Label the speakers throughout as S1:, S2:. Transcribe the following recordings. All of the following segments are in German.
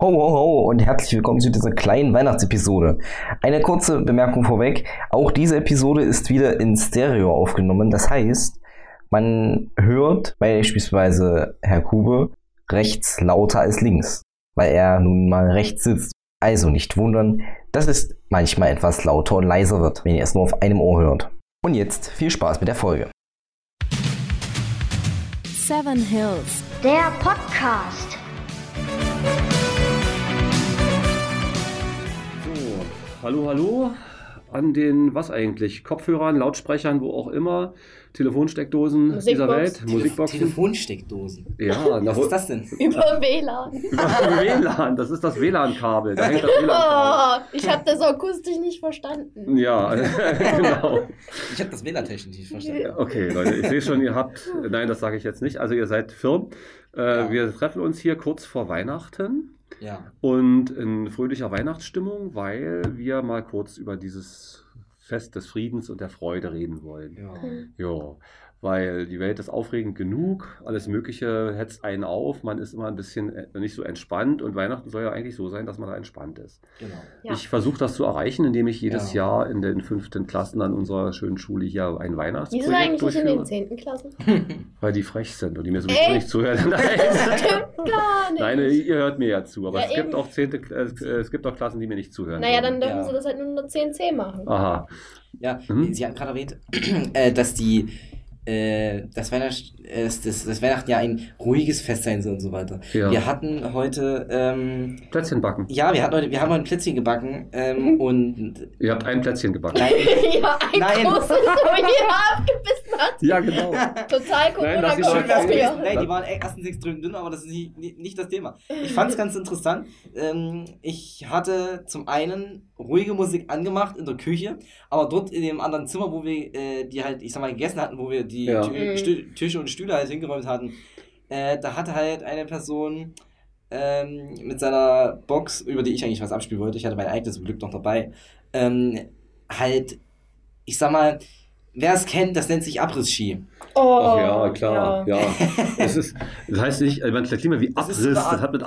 S1: Ho, ho, ho und herzlich willkommen zu dieser kleinen Weihnachtsepisode. Eine kurze Bemerkung vorweg. Auch diese Episode ist wieder in Stereo aufgenommen. Das heißt, man hört beispielsweise Herr Kube rechts lauter als links, weil er nun mal rechts sitzt. Also nicht wundern, dass es manchmal etwas lauter und leiser wird, wenn ihr es nur auf einem Ohr hört. Und jetzt viel Spaß mit der Folge.
S2: Seven Hills.
S3: Der Podcast.
S4: So, hallo, hallo an den, was eigentlich, Kopfhörern, Lautsprechern, wo auch immer, Telefonsteckdosen dieser Welt, Musikboxen.
S5: Telefonsteckdosen.
S4: ja, na,
S5: Was ist das denn?
S2: Über WLAN.
S4: über WLAN, das ist das WLAN-Kabel, da hängt das WLAN-Kabel.
S2: Oh, ich habe das akustisch nicht verstanden.
S4: Ja, genau.
S5: Ich habe das WLAN-technisch nicht verstanden.
S4: Ja, Okay, Leute, ich sehe schon, ihr habt, nein, das sage ich jetzt nicht, also ihr seid firm. Äh,
S5: Ja.
S4: Wir treffen uns hier kurz vor Weihnachten.
S5: Ja.
S4: Und in fröhlicher Weihnachtsstimmung, weil wir mal kurz über dieses Fest des Friedens und der Freude reden wollen.
S5: ja.
S4: Ja, weil die Welt ist aufregend genug, alles Mögliche hetzt einen auf, man ist immer ein bisschen äh, nicht so entspannt und Weihnachten soll ja eigentlich so sein, dass man da entspannt ist.
S5: Genau.
S2: Ja.
S4: Ich versuche das zu erreichen, indem ich jedes
S5: Ja.
S4: Jahr in den fünften Klassen an unserer schönen Schule hier ein
S2: Wieso
S4: Weihnachtsprojekt
S2: eigentlich nicht in den
S4: durchführe,
S2: 10. Klassen?
S4: weil die frech sind und die mir sowieso
S2: Ey.
S4: nicht zuhören. Nein.
S2: Gar nicht.
S4: Nein, ihr hört mir ja zu, aber
S2: Ja,
S4: es, gibt
S2: eben.
S4: auch zehnte, äh, es gibt auch Klassen, die mir nicht zuhören.
S2: naja,
S4: würden.
S2: dann dürfen
S5: Ja. Oh.
S2: sie das halt nur in der 10c machen.
S4: Aha,
S5: Ja,
S4: Mhm.
S5: Sie hatten gerade erwähnt, äh, dass die äh, das, Weihnacht, äh, das, das Weihnachten ja ein ruhiges Fest sein soll und so weiter.
S4: Ja.
S5: Wir hatten heute, ähm,
S4: Plätzchen backen.
S5: ja, wir hatten heute, wir haben heute ein Plätzchen gebacken ähm, und
S4: Ihr habt ein Plätzchen gebacken.
S5: nein,
S2: ja, ein
S5: Nein.
S2: großes, so jeder abgebissen hat.
S4: Ja, genau.
S2: Total
S4: Nein, das
S2: corona
S4: ist
S5: Schön wär's gewesen.
S2: konform
S5: Nein, die waren erstens extrem dünn, aber das ist nicht, nicht nicht das Thema. Ich fand es ganz interessant. Ähm, ich hatte zum einen ruhige Musik angemacht in der Küche, aber dort in dem anderen Zimmer, wo wir äh, die halt, ich sag mal, gegessen hatten, wo wir die
S4: Ja.
S5: Tü
S2: Mhm.
S5: Stü Tische und Stühle halt hingeräumt hatten, äh, da hatte halt eine Person ähm, mit seiner Box, über die ich eigentlich was abspielen wollte, ich hatte mein eigenes zum Glück noch dabei, ähm, halt, ich sag mal, wer es kennt, das nennt sich Abrissski.
S2: Oh,
S4: Ach ja, klar. Ja. Das, ist, das heißt nicht, also man sagt immer wie
S5: Das ist
S4: Abriss,
S5: so eine
S4: das
S5: Art-
S4: hat mit
S5: ja,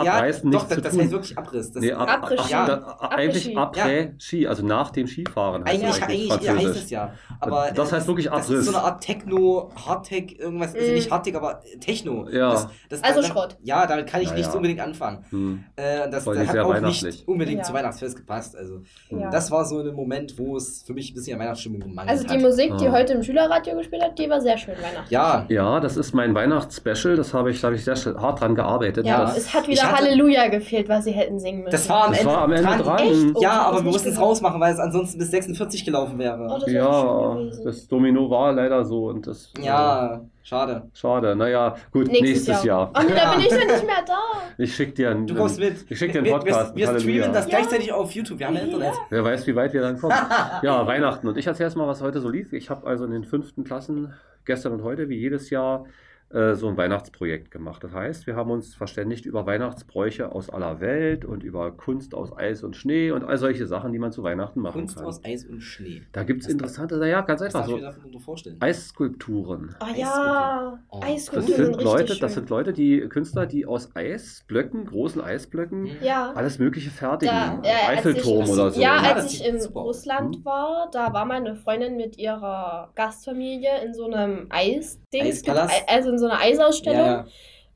S5: doch,
S4: Abreißen nichts
S5: das,
S4: zu
S5: das
S4: tun.
S5: heißt wirklich Abriss. Das
S4: nee, ab, ab,
S2: Après-Ski.
S4: da- a- eigentlich
S2: Après-Ski.
S4: Après-Ski, also nach dem Skifahren heißt
S5: Eigentlich,
S4: es
S5: eigentlich,
S4: eigentlich
S5: heißt es
S4: Französisch.
S5: ja. Aber äh,
S4: Das heißt wirklich
S5: das
S4: Abriss.
S5: ist so eine Art Techno, Hardtech, irgendwas. Also
S2: Mm.
S5: nicht Hardtech, aber Techno.
S4: Ja.
S5: Das, das,
S2: Also
S5: damit,
S2: Schrott.
S5: Ja, damit kann ich
S4: Ja,
S5: nichts
S4: ja.
S5: unbedingt anfangen.
S4: Hm.
S5: Äh, das
S4: Vor
S5: das
S4: allem
S5: hat
S4: sehr
S5: auch
S4: weihnachtlich.
S5: nicht unbedingt
S2: Ja.
S5: zu Weihnachtsfest gepasst. Also
S2: Ja.
S5: das war so ein Moment, wo es für mich ein bisschen an Weihnachtsstimmung gemangelt
S2: Also die
S5: hat.
S2: Musik, die
S4: Ah.
S2: heute im Schülerradio gespielt hat, die war sehr schön Weihnachten.
S5: ja,
S4: Ja, das ist mein Weihnachtsspecial, das habe ich, da habe ich sehr sch- hart dran gearbeitet.
S2: Ja,
S5: Ja.
S2: es hat
S5: Ich
S2: wieder
S5: hatte-
S2: Halleluja gefehlt, was sie hätten singen müssen.
S5: das war am
S4: Das
S5: Ende
S4: war am Ende dran. Echt?
S2: Oh, ich
S5: Ja,
S2: hab das
S5: aber wir
S2: nicht
S5: mussten es
S2: gehört.
S5: rausmachen, weil es ansonsten bis 46 gelaufen wäre.
S2: Oh, das- wär schön
S4: ja,
S2: gewesen.
S4: das Domino war leider so und das. äh,
S5: ja, schade.
S4: Schade, naja, gut, nächstes, Jahr.
S2: Ach nee, da
S5: Ja.
S2: bin ich dann nicht mehr da.
S4: Ich schicke dir einen.
S5: Du kommst mit.
S4: Ich schicke dir einen
S5: Wir-
S4: Podcast.
S5: Wir, wir streamen
S4: Halleluja.
S5: das
S2: Ja.
S5: gleichzeitig auf YouTube. Wir haben ja Internet.
S4: Wer weiß, wie weit wir dann kommen. ja, Weihnachten. Und ich erzähle erst mal, was heute so lief. Ich habe also in den fünften Klassen gestern und heute, wie jedes Jahr, äh, so ein Weihnachtsprojekt gemacht. Das heißt, wir haben uns verständigt über Weihnachtsbräuche aus aller Welt und über Kunst aus Eis und Schnee und all solche Sachen, die man zu Weihnachten machen
S5: Kunst
S4: kann.
S5: aus Eis und Schnee.
S4: Da gibt es
S5: Das-
S4: interessante, naja, ganz
S5: Das darf
S4: einfach
S5: ich mir
S4: so
S5: davon nur vorstellen.
S4: Eisskulpturen.
S2: Oh ja,
S5: Oh,
S4: Das
S2: Eiskugeln
S5: Cool.
S4: sind
S2: richtig
S4: Leute,
S2: schön.
S4: das sind Leute, die Künstler, die aus Eisblöcken, großen Eisblöcken,
S5: Mhm.
S2: ja.
S4: alles Mögliche fertigen.
S2: Da, äh, als ich,
S4: Eiffelturm oder so. ne? Hm?
S2: Ja,
S5: Ja,
S2: als
S5: das
S2: ich
S5: sieht
S2: in
S5: super aus.
S2: Russland war, da war meine Freundin mit ihrer Gastfamilie in so einem Eisdings,
S5: Eispalast.
S2: also in so einer Eisausstellung.
S5: Ja, ja.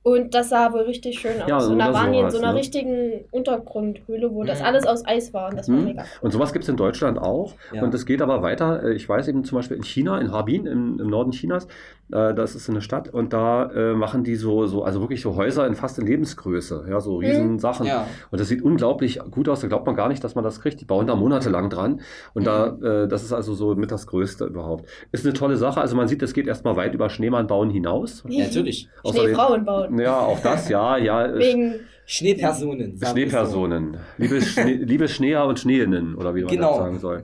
S2: Und das sah wohl richtig schön aus.
S4: Ja,
S2: und da
S4: oder
S2: waren die in
S4: sowas,
S2: so einer
S4: ne?
S2: richtigen Untergrundhöhle, wo das
S5: Mhm.
S2: alles aus Eis war. Und das war
S4: Mhm.
S2: mega.
S4: Und sowas gibt es in Deutschland auch.
S5: Ja.
S4: Und es geht aber weiter. Äh, Ich weiß eben zum Beispiel in China, in Harbin, im, im Norden Chinas, äh, das ist eine Stadt und da äh, machen die so, so, also wirklich so Häuser in fast in Lebensgröße. Ja, so riesen Sachen.
S5: Ja.
S2: Hm.
S4: Und das sieht unglaublich gut aus. Da glaubt man gar nicht, dass man das kriegt. Die bauen da monatelang dran. Und da, äh, das ist also so mit das Größte überhaupt. Ist eine tolle Sache. Also man sieht, es geht erstmal weit über Schneemann bauen hinaus.
S5: ja, natürlich.
S4: Außerdem-
S2: Schneefrauen bauen.
S4: Ja, auch das, ja, ja. äh,
S2: Oh. Wegen
S5: Schneepersonen. sagen wir
S4: Schneepersonen, liebe, Schnee, liebe Schneer und Schneinnen, oder wie man
S5: Genau.
S4: das sagen soll.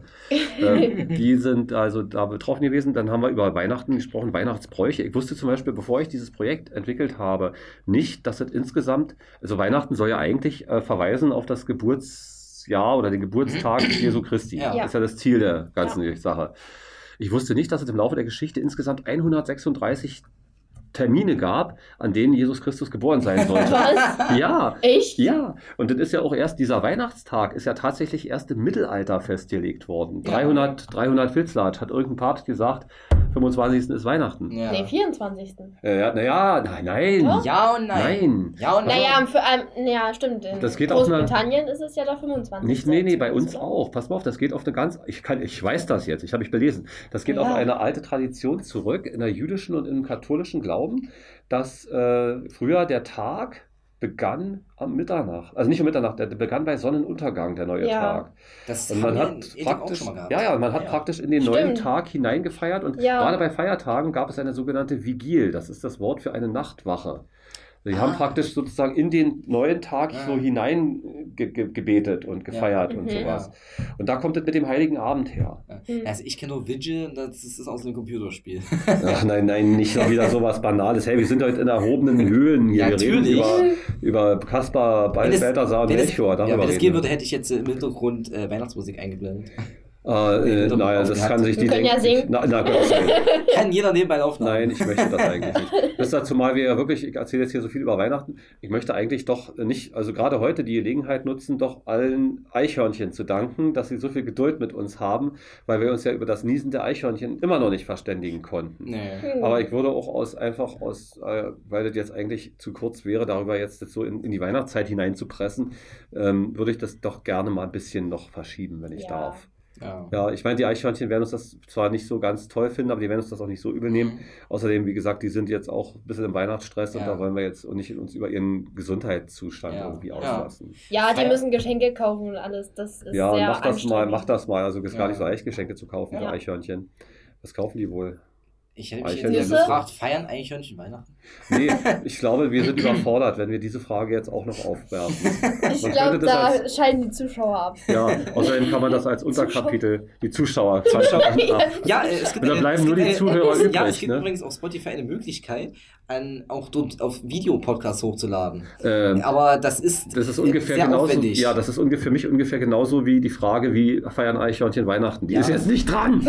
S4: Ähm, die sind also da betroffen gewesen. Dann haben wir über Weihnachten gesprochen, Weihnachtsbräuche. Ich wusste zum Beispiel, bevor ich dieses Projekt entwickelt habe, nicht, dass es insgesamt, also Weihnachten soll ja eigentlich äh, verweisen auf das Geburtsjahr oder den Geburtstag Jesu Christi.
S5: Ja.
S4: Das ist ja das Ziel der ganzen Sache. Ich wusste nicht, dass es im Laufe der Geschichte insgesamt 136 Termine gab, an denen Jesus Christus geboren sein sollte.
S2: Was?
S4: ja,
S2: Echt?
S4: ja. Und das ist ja auch erst, dieser Weihnachtstag ist ja tatsächlich erst im Mittelalter festgelegt worden.
S5: Ja.
S4: 300, 300 Filzlat hat irgendein Papst gesagt, 25. ist Weihnachten.
S5: Ja.
S2: Nee, 24.
S4: Äh, ja, naja, nein, nein.
S2: Doch?
S5: ja und Mhm. nein.
S4: Nein.
S5: Ja und nein.
S2: Naja, am- für, ähm, ja, stimmt. In
S4: Das geht auf eine-
S2: Großbritannien ist es ja der 25.
S4: Nicht, nee, nee, bei uns
S2: oder?
S4: auch. Pass mal auf, das geht auf eine ganz, ich kann, ich weiß das jetzt, ich habe mich belesen. Das geht auf
S5: Ja.
S4: eine alte Tradition zurück, in der jüdischen und im katholischen Glauben, dass äh, früher der Tag begann am Mitternacht. Also nicht um Mitternacht, der begann bei Sonnenuntergang, der neue
S2: Ja.
S4: Tag.
S5: Das
S4: Und
S5: haben
S4: Also man
S5: wir in
S4: hat
S5: Ethik auch
S4: praktisch,
S5: schon mal gehabt.
S4: ja, ja, man hat praktisch in den neuen
S2: Stimmt.
S4: Tag hineingefeiert und
S2: Ja.
S4: gerade bei Feiertagen gab es eine sogenannte Vigil. Das ist das Wort für eine Nachtwache. Sie
S5: Ah.
S4: haben praktisch sozusagen in den neuen Tag
S5: Ah.
S4: so hinein ge ge gebetet und gefeiert und
S2: Mhm.
S4: sowas. Und da kommt es mit dem Heiligen Abend her.
S2: Hm.
S5: Also ich kenne nur Vigil, das ist ist aus einem Computerspiel.
S4: Ach nein, nein, nicht noch wieder sowas Banales. Hey, wir sind heute in erhobenen Höhen hier.
S5: Ja,
S4: wir reden
S5: natürlich.
S4: über, über Kaspar,
S5: Wenn es-
S4: Balthasar und
S5: wenn es-
S4: Melchior.
S5: Ja,
S4: darüber
S5: wenn es
S4: reden
S5: gehen
S4: wir.
S5: würde, hätte ich jetzt äh, im Hintergrund äh, Weihnachtsmusik eingeblendet.
S4: Äh, äh,
S5: Hintergrund
S4: naja, das
S5: aufgehabt.
S4: kann sich
S2: Wir
S4: die
S2: können ja
S4: denken-
S2: singen.
S4: Na, na Gott sei Dank.
S5: Kann jeder nebenbei laufen.
S4: Nein, ich möchte das eigentlich nicht. Wisst ihr, zumal wir ja wirklich, ich erzähle jetzt hier so viel über Weihnachten, ich möchte eigentlich doch nicht, also gerade heute die Gelegenheit nutzen, doch allen Eichhörnchen zu danken, dass sie so viel Geduld mit uns haben, weil wir uns ja über das Niesen der Eichhörnchen immer noch nicht verständigen konnten.
S5: Nee.
S2: Hm.
S4: Aber ich würde auch aus einfach aus, äh, weil das jetzt eigentlich zu kurz wäre, darüber jetzt so in, in die Weihnachtszeit hineinzupressen, ähm, würde ich das doch gerne mal ein bisschen noch verschieben, wenn ich
S2: Ja.
S4: darf.
S5: Ja.
S4: Ja, ich meine, die Eichhörnchen werden uns das zwar nicht so ganz toll finden, aber die werden uns das auch nicht so übel nehmen. Außerdem, wie gesagt, die sind jetzt auch ein bisschen im Weihnachtsstress und
S5: Ja.
S4: da wollen wir jetzt nicht uns über ihren Gesundheitszustand
S5: Ja.
S4: irgendwie
S5: Ja.
S4: auslassen.
S2: ja, die
S5: Ja.
S2: müssen Geschenke kaufen und alles. Das ist
S4: Ja,
S2: sehr
S4: mach das mal,
S2: anstrengend.
S4: mach das mal. Also ist
S5: Ja.
S4: gar nicht so leicht, Geschenke zu kaufen für
S2: Ja.
S4: Eichhörnchen. Was kaufen die wohl?
S5: Ich hätte mich
S4: Eichhörnchen.
S5: jetzt
S2: Nüsse?
S5: gefragt, feiern Eichhörnchen Weihnachten?
S4: Nee, ich glaube, wir sind überfordert, wenn wir diese Frage jetzt auch noch aufwerfen.
S2: Ich
S4: Man
S2: glaube,
S4: könnte das
S2: da
S4: als-
S2: schalten die Zuschauer ab.
S4: Ja, außerdem kann man das als Unterkapitel, die Zuschauer, Zuschauer
S5: Ja,
S2: Also,
S5: äh, es gibt.
S4: Und da bleiben
S5: es
S4: nur
S5: gibt
S4: die Zuhörer
S5: ja, Ja, es
S4: übrig,
S5: gibt
S4: ne?
S5: übrigens auf Spotify eine Möglichkeit, an, auch dort auf Videopodcasts hochzuladen.
S4: ähm,
S5: Aber das ist,
S4: Das ist ungefähr
S5: sehr
S4: genauso.
S5: aufwendig.
S4: Ja, das ist ungefähr für mich ungefähr genauso wie die Frage, wie feiern Eichhörnchen Weihnachten. Die
S5: Ja.
S4: ist jetzt nicht dran.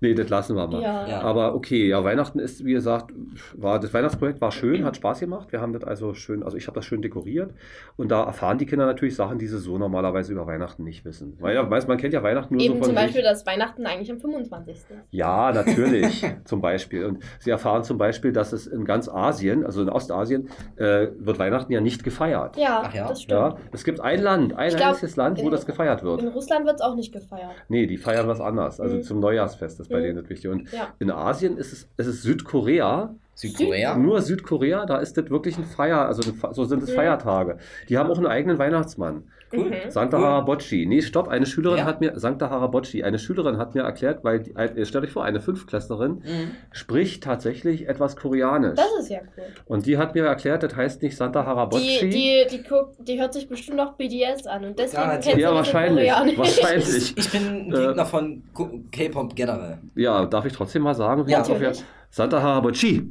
S4: nee, das lassen wir mal.
S2: Ja.
S5: Ja.
S4: Aber okay, ja, Weihnachten ist, wie gesagt, war, das Weihnachtsprojekt war schön, hat Spaß gemacht. Wir haben das also schön, also ich habe das schön dekoriert. Und da erfahren die Kinder natürlich Sachen, die sie so normalerweise über Weihnachten nicht wissen. Weil ja, weiß, man kennt ja Weihnachten nur so
S2: Eben
S4: von
S2: zum
S4: sich.
S2: Beispiel, dass Weihnachten eigentlich am 25. ist.
S4: Ja, natürlich, zum Beispiel. Und Sie erfahren zum Beispiel, dass es in ganz Asien, also in Ostasien, äh, wird Weihnachten ja nicht gefeiert.
S2: Ja,
S5: Ach ja?
S2: das stimmt.
S4: Ja, es gibt ein Land, ein
S2: Ich glaub,
S4: einziges Land, wo
S2: in-
S4: das gefeiert
S2: In
S4: wird.
S2: Russland wird es auch nicht gefeiert.
S4: Nee, die feiern was anders. Also
S2: Mhm.
S4: zum Neujahrsfest ist bei
S2: Mhm.
S4: denen das wichtig. Und
S2: Ja.
S4: in Asien ist es, es ist Südkorea,
S5: Südkorea?
S4: nur Südkorea, da ist das wirklich ein Feier, also eine, Fe- so sind es
S2: Mhm.
S4: Feiertage. Die haben auch einen eigenen Weihnachtsmann.
S5: Cool.
S2: Mhm.
S4: Santa
S5: Cool.
S4: Harabochi. Nee, stopp, eine Schülerin
S5: Ja?
S4: hat mir, Santa Harabochi, eine Schülerin hat mir erklärt, weil, die, äh, stellt euch vor, eine Fünftklässlerin
S5: Mhm.
S4: spricht tatsächlich etwas Koreanisch.
S2: Das ist ja cool.
S4: Und die hat mir erklärt, das heißt nicht Santa Harabochi.
S2: Die, die, die, guckt, die hört sich bestimmt auch BDS an und deswegen
S5: Garantiert.
S2: kennt sie
S4: ja,
S2: diese
S4: wahrscheinlich.
S2: Koreaner.
S4: Wahrscheinlich.
S5: Ich bin ein
S4: Äh,
S5: Gegner von Ko- K-Pop generell.
S4: Ja, darf ich trotzdem mal sagen?
S5: Ja,
S4: Pass auf,
S2: natürlich.
S4: Santa Harabochi.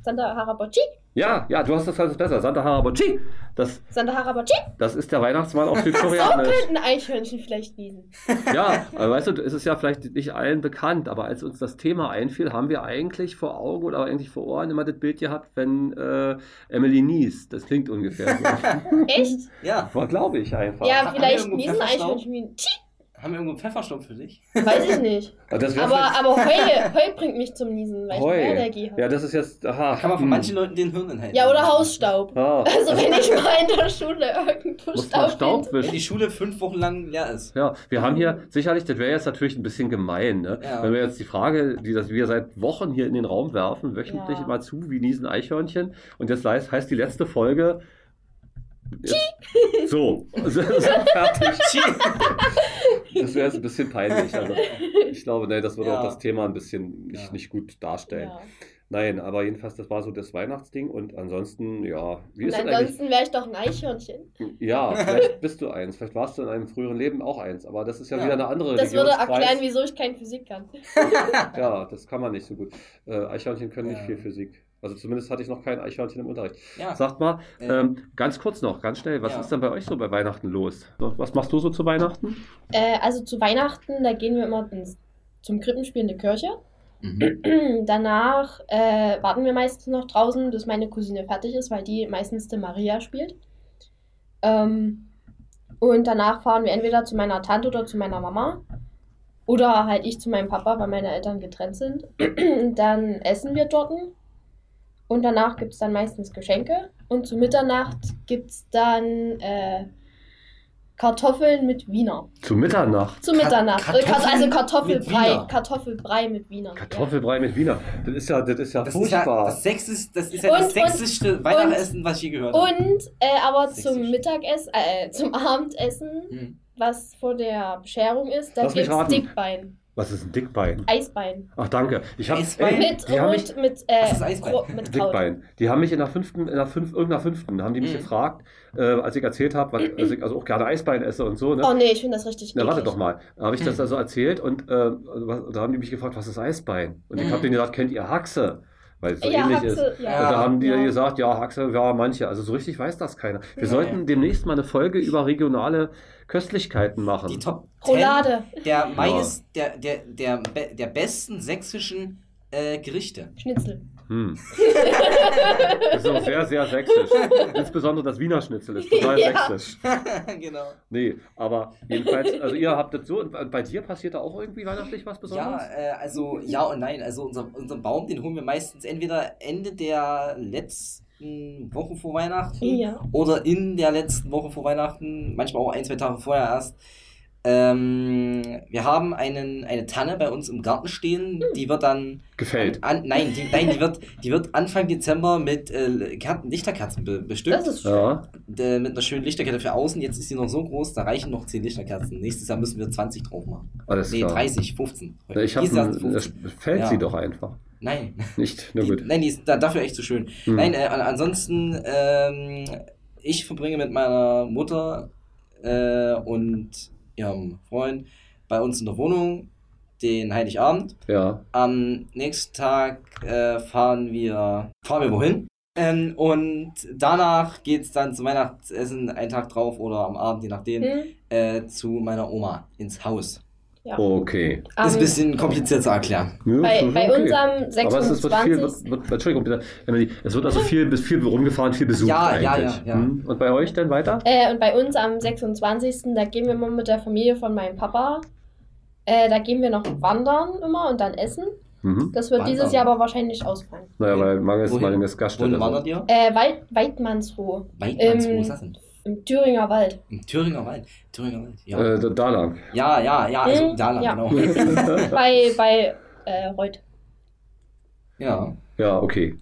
S2: Santa Harabochi?
S4: Ja, ja, du hast das alles besser. Santa Harabochi. Das,
S2: Santa Harabochi?
S4: das ist der Weihnachtsmann auf
S2: So
S4: Südkoreanisch.
S2: könnten Eichhörnchen vielleicht niesen.
S4: ja, aber weißt du, es ist ja vielleicht nicht allen bekannt, aber als uns das Thema einfiel, haben wir eigentlich vor Augen oder eigentlich vor Ohren immer das Bild gehabt, wenn äh, Emily niest. Das klingt ungefähr so.
S2: Echt?
S5: Ja,
S4: War, glaube ich, einfach.
S2: Ja,
S5: Haben
S2: vielleicht
S5: wir irgendwo
S2: niesen
S5: Pfefferstau?
S2: Eichhörnchen wie ein Tschi.
S5: haben wir irgendwo einen Pfefferstopp für dich?
S2: Weiß ich nicht.
S4: Und das wär
S2: Aber,
S4: vielleicht-
S2: aber Heu, Heu bringt mich zum Niesen, weil ich
S4: Heu.
S2: Heuallergie habe.
S4: Ja, das ist jetzt. Aha,
S5: Kann man von
S4: hm.
S5: manchen Leuten den Hirn enthalten.
S2: Ja, oder Hausstaub.
S4: Ah,
S2: Also wenn ich mal in der Schule irgendwo
S4: muss man
S2: Staub,
S4: Staub
S5: Wenn die
S4: wischen.
S5: Schule fünf Wochen lang leer ist.
S4: Ja, wir haben hier sicherlich, das wäre jetzt natürlich ein bisschen gemein, ne?
S5: Ja.
S4: Wenn wir jetzt die Frage, die das wir seit Wochen hier in den Raum werfen, wöchentlich
S2: Ja.
S4: immer zu, wie niesen Eichhörnchen. Und das heißt, heißt die letzte Folge. Jetzt, so, so, fertig.
S5: Tschüss.
S4: Das wäre jetzt ein bisschen peinlich. Also, ich glaube, nee, das würde
S5: Ja.
S4: auch das Thema ein bisschen nicht,
S5: Ja.
S4: nicht gut darstellen.
S2: Ja.
S4: Nein, aber jedenfalls, das war so das Weihnachtsding. Und ansonsten, ja, wie
S2: Und
S4: ist das eigentlich?
S2: ansonsten wäre ich doch ein Eichhörnchen.
S4: Ja, vielleicht bist du eins. Vielleicht warst du in einem früheren Leben auch eins. Aber das ist ja,
S5: Ja.
S4: wieder eine andere
S2: Das würde
S4: Religionskreis.
S2: erklären, wieso ich kein Physik kann.
S4: Ja, das kann man nicht so gut. Äh, Eichhörnchen können nicht
S5: Ja.
S4: viel Physik. Also zumindest hatte ich noch kein Eichhörnchen im Unterricht.
S5: Ja.
S4: Sagt mal,
S5: Ja.
S4: ähm, ganz kurz noch, ganz schnell, was
S5: Ja.
S4: ist denn bei euch so bei Weihnachten los? So, Was machst du so zu Weihnachten?
S2: Äh, also zu Weihnachten, da gehen wir immer ins, zum Krippenspiel in die Kirche.
S5: Mhm.
S2: Danach äh, warten wir meistens noch draußen, bis meine Cousine fertig ist, weil die meistens die Maria spielt. Ähm, und danach fahren wir entweder zu meiner Tante oder zu meiner Mama. Oder halt ich zu meinem Papa, weil meine Eltern getrennt sind. dann essen wir dort. Und danach gibt es dann meistens Geschenke. Und zu Mitternacht gibt es dann äh, Kartoffeln mit Wiener.
S4: Zu Mitternacht.
S2: Zu Mitternacht. Äh, Kart-
S5: Kartoffeln
S2: also
S5: mit
S2: Kartoffelbrei.
S5: Wiener.
S2: Kartoffelbrei mit Wiener.
S4: Kartoffelbrei mit Wiener. Das ist ja, das ist ja
S5: Das ist ja
S4: furchtbar.
S5: das, sexist, das, ist ja
S2: Und-
S5: das sexistischste Weihnachtsessen, was ich je gehört habe.
S2: Und äh, aber
S5: Sexistisch.
S2: zum Mittagessen, äh, zum Abendessen,
S5: Mhm.
S2: was vor der Bescherung ist, da
S4: Lass mich
S2: gibt es
S4: raten.
S2: Dickbein,
S4: Was ist ein Dickbein?
S2: Eisbein.
S4: Ach, danke. Ich hab,
S5: Eisbein?
S4: ey,
S2: Mit
S4: die haben mich,
S2: Rot, mit, äh,
S5: Was ist Eisbein?
S2: Gro- mit Kraut.
S4: Dickbein. Die haben mich in der fünften, in der fünf, irgendeiner fünften, haben die mich
S5: Mhm.
S4: gefragt, äh, als ich erzählt habe, was- also ich also auch gerne Eisbein esse und so. Ne?
S2: Oh nee, ich finde das richtig
S4: Na, warte
S2: eklig.
S4: doch mal. Da habe ich das also erzählt und äh, was- da haben die mich gefragt, was ist Eisbein? Und ich habe
S5: Mhm.
S4: denen gesagt, kennt ihr Haxe? Weil es so
S2: Ja,
S4: ähnlich ist.
S2: Haxe, ja.
S4: Und da haben die
S2: ja.
S4: gesagt, ja, Haxe, ja, manche. Also so richtig weiß das keiner. Wir
S2: Nee.
S4: sollten demnächst mal eine Folge über regionale Köstlichkeiten machen.
S5: Die Top 10
S2: Roulade,
S5: der, meist,
S4: Ja.
S5: der, der, der, be- der besten sächsischen äh, Gerichte.
S2: Schnitzel.
S4: Hm. Das ist auch sehr, sehr sächsisch. Insbesondere das Wiener Schnitzel ist total
S2: Ja.
S4: sächsisch.
S5: genau.
S4: Nee, aber jedenfalls, also ihr habt das so und bei dir passiert da auch irgendwie weihnachtlich was
S5: Ja,
S4: Besonderes?
S5: äh, also ja und nein. Also unser, unseren Baum, den holen wir meistens entweder Ende der letzten Woche vor Weihnachten
S2: Ja.
S5: oder in der letzten Woche vor Weihnachten, manchmal auch ein, zwei Tage vorher erst. Ähm, wir haben einen, eine Tanne bei uns im Garten stehen,
S2: Hm.
S5: die wird dann
S4: Gefällt.
S5: An, nein, die, nein die, wird, die wird Anfang Dezember mit äh, Kerzen, Lichterkerzen be, bestückt.
S2: Das ist schön.
S4: Ja.
S5: äh, mit einer schönen Lichterkette für außen. Jetzt ist sie noch so groß, da reichen noch 10 Lichterkerzen. Nächstes Jahr müssen wir 20 drauf machen.
S4: Alles
S5: Nee,
S4: klar.
S5: 30, 15.
S4: Na, Ich
S5: Dieses Jahr sind
S4: habe
S5: 15.
S4: fällt sie
S5: Ja.
S4: doch einfach.
S5: Nein,
S4: Nicht, na
S5: die,
S4: gut.
S5: nein die ist da, dafür echt zu schön.
S4: Hm.
S5: Nein, äh, an- ansonsten, ähm, ich verbringe mit meiner Mutter äh, und ihrem Freund bei uns in der Wohnung den Heiligabend.
S4: Ja.
S5: Am nächsten Tag äh, fahren wir fahren wir wohin? Ähm, und danach geht's dann zum Weihnachtsessen einen Tag drauf oder am Abend, je nachdem,
S2: Hm?
S5: äh, zu meiner Oma ins Haus.
S4: Okay.
S5: Ist ein
S2: Ähm,
S5: bisschen kompliziert zu erklären.
S4: Ja,
S2: bei,
S4: ist schon
S2: bei
S4: ne? okay.
S2: unserem
S4: Aber es
S2: 26.
S4: ist, wird viel, ne? wird, wird, Entschuldigung, bitte, Emily, es wird also viel, bis viel rumgefahren, viel besucht
S5: Ja, ja,
S4: eigentlich.
S5: ja, ja.
S4: Hm? Und bei euch dann weiter?
S2: Äh, und bei uns am 26. da gehen wir immer mit der Familie von meinem Papa. Äh, da gehen wir noch wandern immer und dann essen.
S4: Mhm.
S2: Das wird dieses
S5: Wandern?
S2: Jahr aber wahrscheinlich ausfallen.
S4: Naja, weil Mangels,
S5: Wohin?
S4: Mangels Gaststätte. also.
S5: Wohin wandert ihr?
S2: Äh, Wald, Weidmannsruhe
S5: Weidmanns,
S2: ähm,
S5: wo ist das denn?
S2: im Thüringer Wald.
S5: Im Thüringer Wald. Thüringer Wald, ja.
S4: Äh, da, da lang.
S5: ja, ja, ja, also
S2: Hm,
S5: da lang,
S2: ja.
S5: genau.
S2: bei bei äh, Reuth.
S5: Ja.
S4: Ja, okay.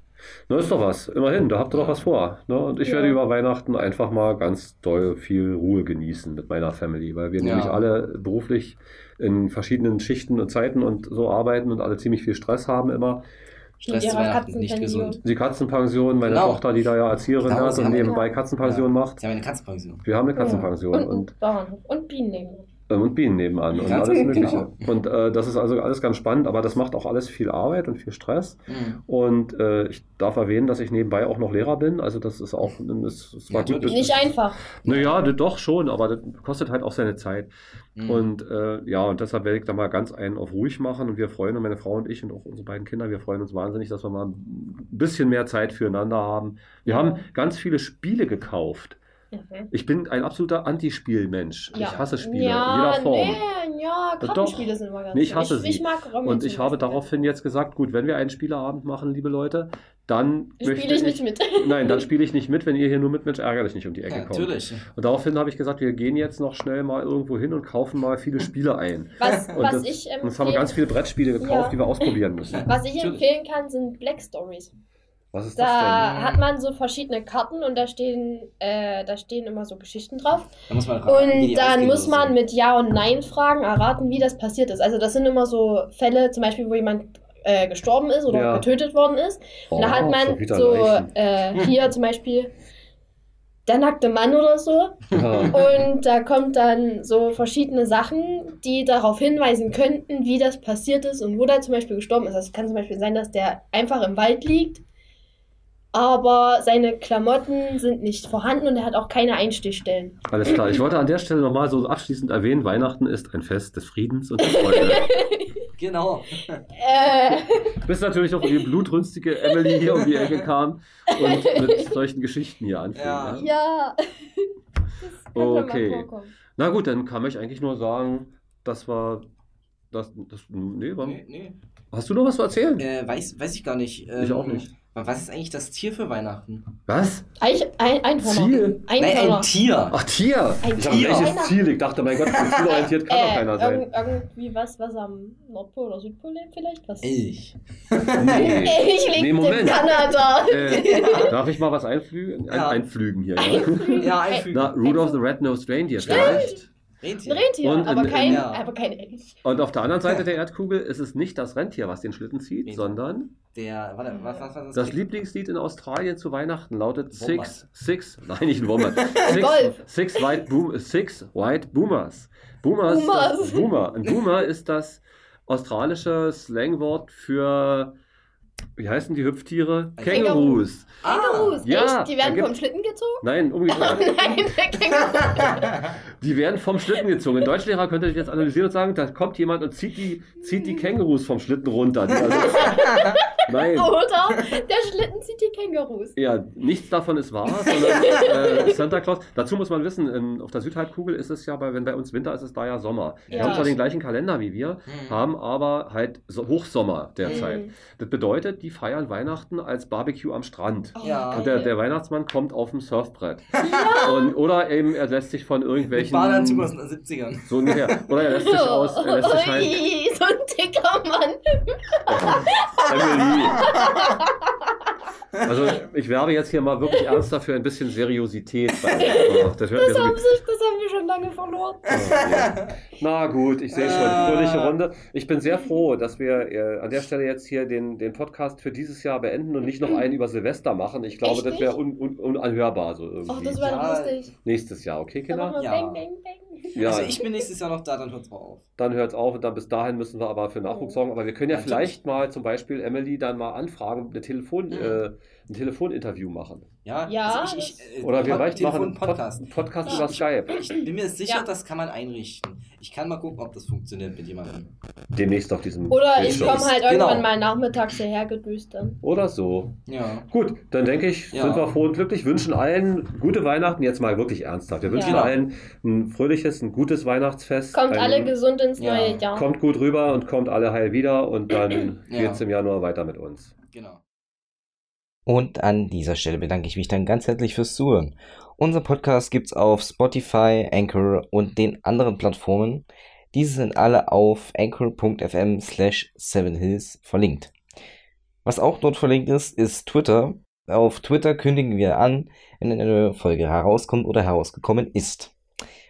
S4: Na, ist doch was. Immerhin, da habt ihr doch was vor. Ne? Und ich
S2: Ja.
S4: werde über Weihnachten einfach mal ganz doll viel Ruhe genießen mit meiner Family, weil wir
S5: Ja.
S4: nämlich alle beruflich in verschiedenen Schichten und Zeiten und so arbeiten und alle ziemlich viel Stress haben immer.
S5: Stress
S2: ihrer
S5: zu Weihnachten, nicht
S2: Katzenpension.
S5: gesund.
S4: Die Katzenpension, meine
S5: Genau.
S4: Tochter, die da ja Erzieherin
S5: Genau,
S4: hat
S5: sie
S4: und
S5: haben-
S4: nebenbei
S2: Ja.
S4: Katzenpension macht.
S5: Sie haben eine Katzenpension.
S4: Wir haben eine Katzenpension
S2: Ja. Und,
S4: und,
S2: und Bauernhof und Bienen nehmen.
S4: äh, und Bienen nebenan und
S5: Ganz
S4: alles
S5: genau.
S4: Mögliche. Und äh, das ist also alles ganz spannend, aber das macht auch alles viel Arbeit und viel Stress.
S5: Hm.
S4: Und äh, ich darf erwähnen, dass ich nebenbei auch noch Lehrer bin. Also das ist auch, das, das war gut.
S5: Natürlich.
S2: Nicht einfach.
S4: Naja, das doch schon, aber das kostet halt auch seine Zeit.
S2: Mhm.
S5: Hm.
S4: Und äh, ja, und deshalb werde ich da mal ganz einen auf ruhig machen. Und wir freuen uns, meine Frau und ich und auch unsere beiden Kinder, wir freuen uns wahnsinnig, dass wir mal ein bisschen mehr Zeit füreinander haben. Wir
S2: Ja.
S4: haben ganz viele Spiele gekauft.
S2: Mhm.
S4: Ich bin ein absoluter Antispielmensch.
S2: Ja.
S4: Ich hasse Spiele in
S2: ja,
S4: jeder Form.
S2: Nee, ja,
S4: Doch.
S2: Kartenspiele sind immer ganz
S4: Nee, ich
S2: schön.
S4: hasse sie.
S2: Ich mag Rommel
S4: Und ich
S2: zum
S4: habe
S2: Beispiel.
S4: daraufhin jetzt gesagt, gut, wenn wir einen Spieleabend machen, liebe Leute, dann möchte
S2: Spiele ich nicht mit.
S4: Nein, dann spiele ich nicht mit, wenn ihr hier nur mit Mensch ärgerlich nicht um die Ecke
S5: Ja,
S4: kommt.
S5: natürlich.
S4: Und daraufhin habe ich gesagt, wir gehen jetzt noch schnell mal irgendwo hin und kaufen mal viele Spiele ein.
S2: Was,
S4: Und
S2: was
S4: das- Und
S2: ich
S4: jetzt haben wir
S2: empfehlen,
S4: ganz viele Brettspiele gekauft,
S2: Ja.
S4: die wir ausprobieren müssen.
S2: was ich
S5: Natürlich.
S2: empfehlen kann, sind Black Stories.
S4: Was ist das
S2: Da hat man so verschiedene Karten und da stehen, äh, da stehen immer so Geschichten drauf.
S5: Da muss man raten, wie die
S2: Und dann
S5: ausgehen
S2: muss
S5: oder so.
S2: man mit Ja und Nein fragen erraten, wie das passiert ist. Also das sind immer so Fälle, zum Beispiel, wo jemand äh, gestorben ist oder
S4: Ja.
S2: getötet worden ist.
S4: denn?
S2: Und da hat
S4: Oh,
S2: man
S4: schon wieder
S2: so
S4: Leichen.
S2: äh, hier zum Beispiel der nackte Mann oder so.
S4: Ja.
S2: Und da kommt dann so verschiedene Sachen, die darauf hinweisen könnten, wie das passiert ist und wo der zum Beispiel gestorben ist. Das kann zum Beispiel sein, dass der einfach im Wald liegt, aber seine Klamotten sind nicht vorhanden und er hat auch keine Einstichstellen.
S4: Alles klar, ich wollte an der Stelle nochmal so abschließend erwähnen, Weihnachten ist ein Fest des Friedens und der Freude.
S5: Genau.
S2: Äh,
S4: Bis natürlich auch die blutrünstige Emily hier um die Ecke kam und mit solchen Geschichten hier anfing.
S5: Ja.
S4: ne?
S2: ja. Das kann okay.
S4: Okay.
S2: mal vorkommen.
S4: Na gut, dann kann ich eigentlich nur sagen, das war. Das, das, nee, war,
S5: Nee, nee.
S4: Hast du noch was zu erzählen?
S5: Äh, weiß, weiß ich gar nicht. ähm,
S4: Ich auch nicht.
S5: Was ist eigentlich das Tier für Weihnachten?
S4: Was?
S2: Eigentlich ein, ein Hörner.
S4: Ziel?
S2: Ein
S5: Nein,
S2: Hörner.
S5: ein Tier.
S4: Ach, Tier!
S2: Ein
S4: ich habe
S5: Tier.
S4: welches Ziel? Ich dachte, mein Gott, so zielorientiert kann doch
S2: Äh,
S4: keiner sein.
S2: irgend- irgendwie was, was am Nordpol oder Südpol lebt vielleicht? Was?
S5: Elch.
S4: Oh, Nee.
S2: Ich lebe
S4: Nee,
S2: in
S4: Moment.
S2: Kanada.
S4: Äh, darf ich mal was einflügen? Ein,
S5: Ja.
S4: Einflügen hier. Ja.
S5: Ja,
S4: Na,
S5: einfügen.
S4: Rudolph the Red-Nosed Reindeer
S5: Stimmt.
S4: vielleicht.
S2: Ein
S5: Rentier.
S2: Rentier,
S4: Und
S2: aber,
S4: in-
S2: kein,
S5: ja.
S2: aber kein Elch.
S4: Und auf der anderen Seite der Erdkugel ist es nicht das Rentier, was den Schlitten zieht,
S5: Nee.
S4: sondern
S5: Der, warte, was, was war das?
S4: das Lieblingslied in Australien zu Weihnachten lautet
S5: Wombat.
S4: Six, Six, nein, nicht ein Wombat,
S2: Golf.
S4: Six, six, white boom, six White Boomers. Boomers,
S2: Boomers.
S4: Das, Boomer. Ein Boomer ist das australische Slangwort für, wie heißen die Hüpftiere?
S5: Känguru.
S4: Kängurus.
S5: Ah,
S2: Kangaroos,
S4: ja,
S2: Oh, echt? Die
S4: da
S2: werden
S4: gibt-
S2: vom Schlitten gezogen?
S4: Nein, umgekehrt.
S2: Nein, der Känguru.
S4: Die werden vom Schlitten gezogen. Ein Deutschlehrer könnte dich jetzt analysieren und sagen, da kommt jemand und zieht die, zieht die Kängurus vom Schlitten runter. Die Also, nein.
S2: Oh Oder der Schlitten zieht die Kängurus.
S4: Ja, nichts davon ist wahr, sondern äh, Santa Claus. Dazu muss man wissen, in, auf der Südhalbkugel ist es ja, bei, wenn bei uns Winter ist, ist da ja Sommer. Wir
S2: Ja.
S4: haben zwar den gleichen Kalender wie wir,
S5: Hm.
S4: haben aber halt so Hochsommer derzeit.
S2: Mhm.
S4: Das bedeutet, die feiern Weihnachten als Barbecue am Strand.
S2: Oh,
S5: Ja.
S2: geil.
S4: Und der, der Weihnachtsmann kommt auf dem Surfbrett. Und, oder eben er lässt sich von
S5: Mit
S4: irgendwelchen.
S5: Badeanzug aus den 70ern.
S4: So ungefähr. Oder er lässt sich aus, er lässt sich halt.
S2: Oh. Ui, so ein dicker Mann.
S4: Emily. Also ich werbe jetzt hier mal wirklich ernst dafür ein bisschen Seriosität. Bei. Oh, Das hört mir
S2: Das
S4: so
S2: haben,
S4: gut.
S2: sich, das haben wir schon lange verloren.
S4: Na gut, ich sehe schon.
S5: Ah.
S4: Fröhliche Runde. Ich bin sehr froh, dass wir äh, an der Stelle jetzt hier den, den Podcast für dieses Jahr beenden und nicht noch einen über Silvester machen. Ich glaube,
S2: Echt
S4: das wäre un,
S2: nicht?
S4: un, unanhörbar so
S2: Oh,
S4: irgendwie.
S2: das war
S5: Ja. genau.
S2: lustig.
S4: Nächstes Jahr, okay,
S2: Dann machen
S4: Kinder?
S2: wir
S5: Ja.
S2: Bang, Bang, Bang.
S4: Ja,
S5: Also ich bin nächstes Jahr noch da, dann hört's mal auf.
S4: dann hört's auf und dann bis dahin müssen wir aber für Nachwuchs sorgen. Aber wir können ja
S5: Natürlich.
S4: vielleicht mal zum Beispiel Emily dann mal anfragen, eine Telefon,
S5: Mhm.
S4: äh, ein Telefoninterview machen.
S5: Ja,
S2: Ja,
S5: also ich, ich, äh,
S4: Oder wir
S5: Pod-
S4: vielleicht machen einen Pod-
S5: Telefon-Podcast.
S4: einen Podcast
S5: Ja.
S4: über Skype.
S5: Ich bin mir sicher,
S2: Ja.
S5: das kann man einrichten. Ich kann mal gucken, ob das funktioniert mit jemandem.
S4: Demnächst auf diesem
S2: Oder ich
S4: Bildschirm.
S2: komme halt
S5: Genau.
S2: irgendwann mal nachmittags hierher gedüst dann.
S4: Oder so.
S5: Ja.
S4: Gut, dann denke ich,
S5: Ja.
S4: sind wir froh und glücklich, wünschen allen gute Weihnachten, jetzt mal wirklich ernsthaft. Wir wünschen
S2: Ja.
S4: allen ein fröhliches, ein gutes Weihnachtsfest.
S2: Kommt
S4: ein,
S2: alle gesund ins
S5: Ja.
S2: neue Jahr.
S4: Kommt gut rüber und kommt alle heil wieder und dann
S5: Ja.
S4: geht's im Januar weiter mit uns.
S5: Genau.
S1: Und an dieser Stelle bedanke ich mich dann ganz herzlich fürs Zuhören. Unser Podcast gibt's auf Spotify, Anchor und den anderen Plattformen. Diese sind alle auf anchor.fm slash sevenhills verlinkt. Was auch dort verlinkt ist, ist Twitter. Auf Twitter kündigen wir an, wenn eine neue Folge herauskommt oder herausgekommen ist.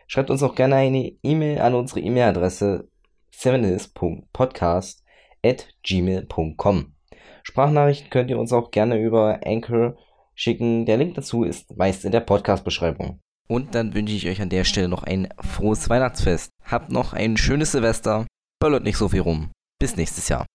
S1: Schreibt uns auch gerne eine E-Mail an unsere E-Mail-Adresse sevenhills.podcast at gmail.com. Sprachnachrichten könnt ihr uns auch gerne über Anchor schicken. Der Link dazu ist meist in der Podcast-Beschreibung. Und dann wünsche ich euch an der Stelle noch ein frohes Weihnachtsfest. Habt noch ein schönes Silvester. Böllert nicht so viel rum. Bis nächstes Jahr.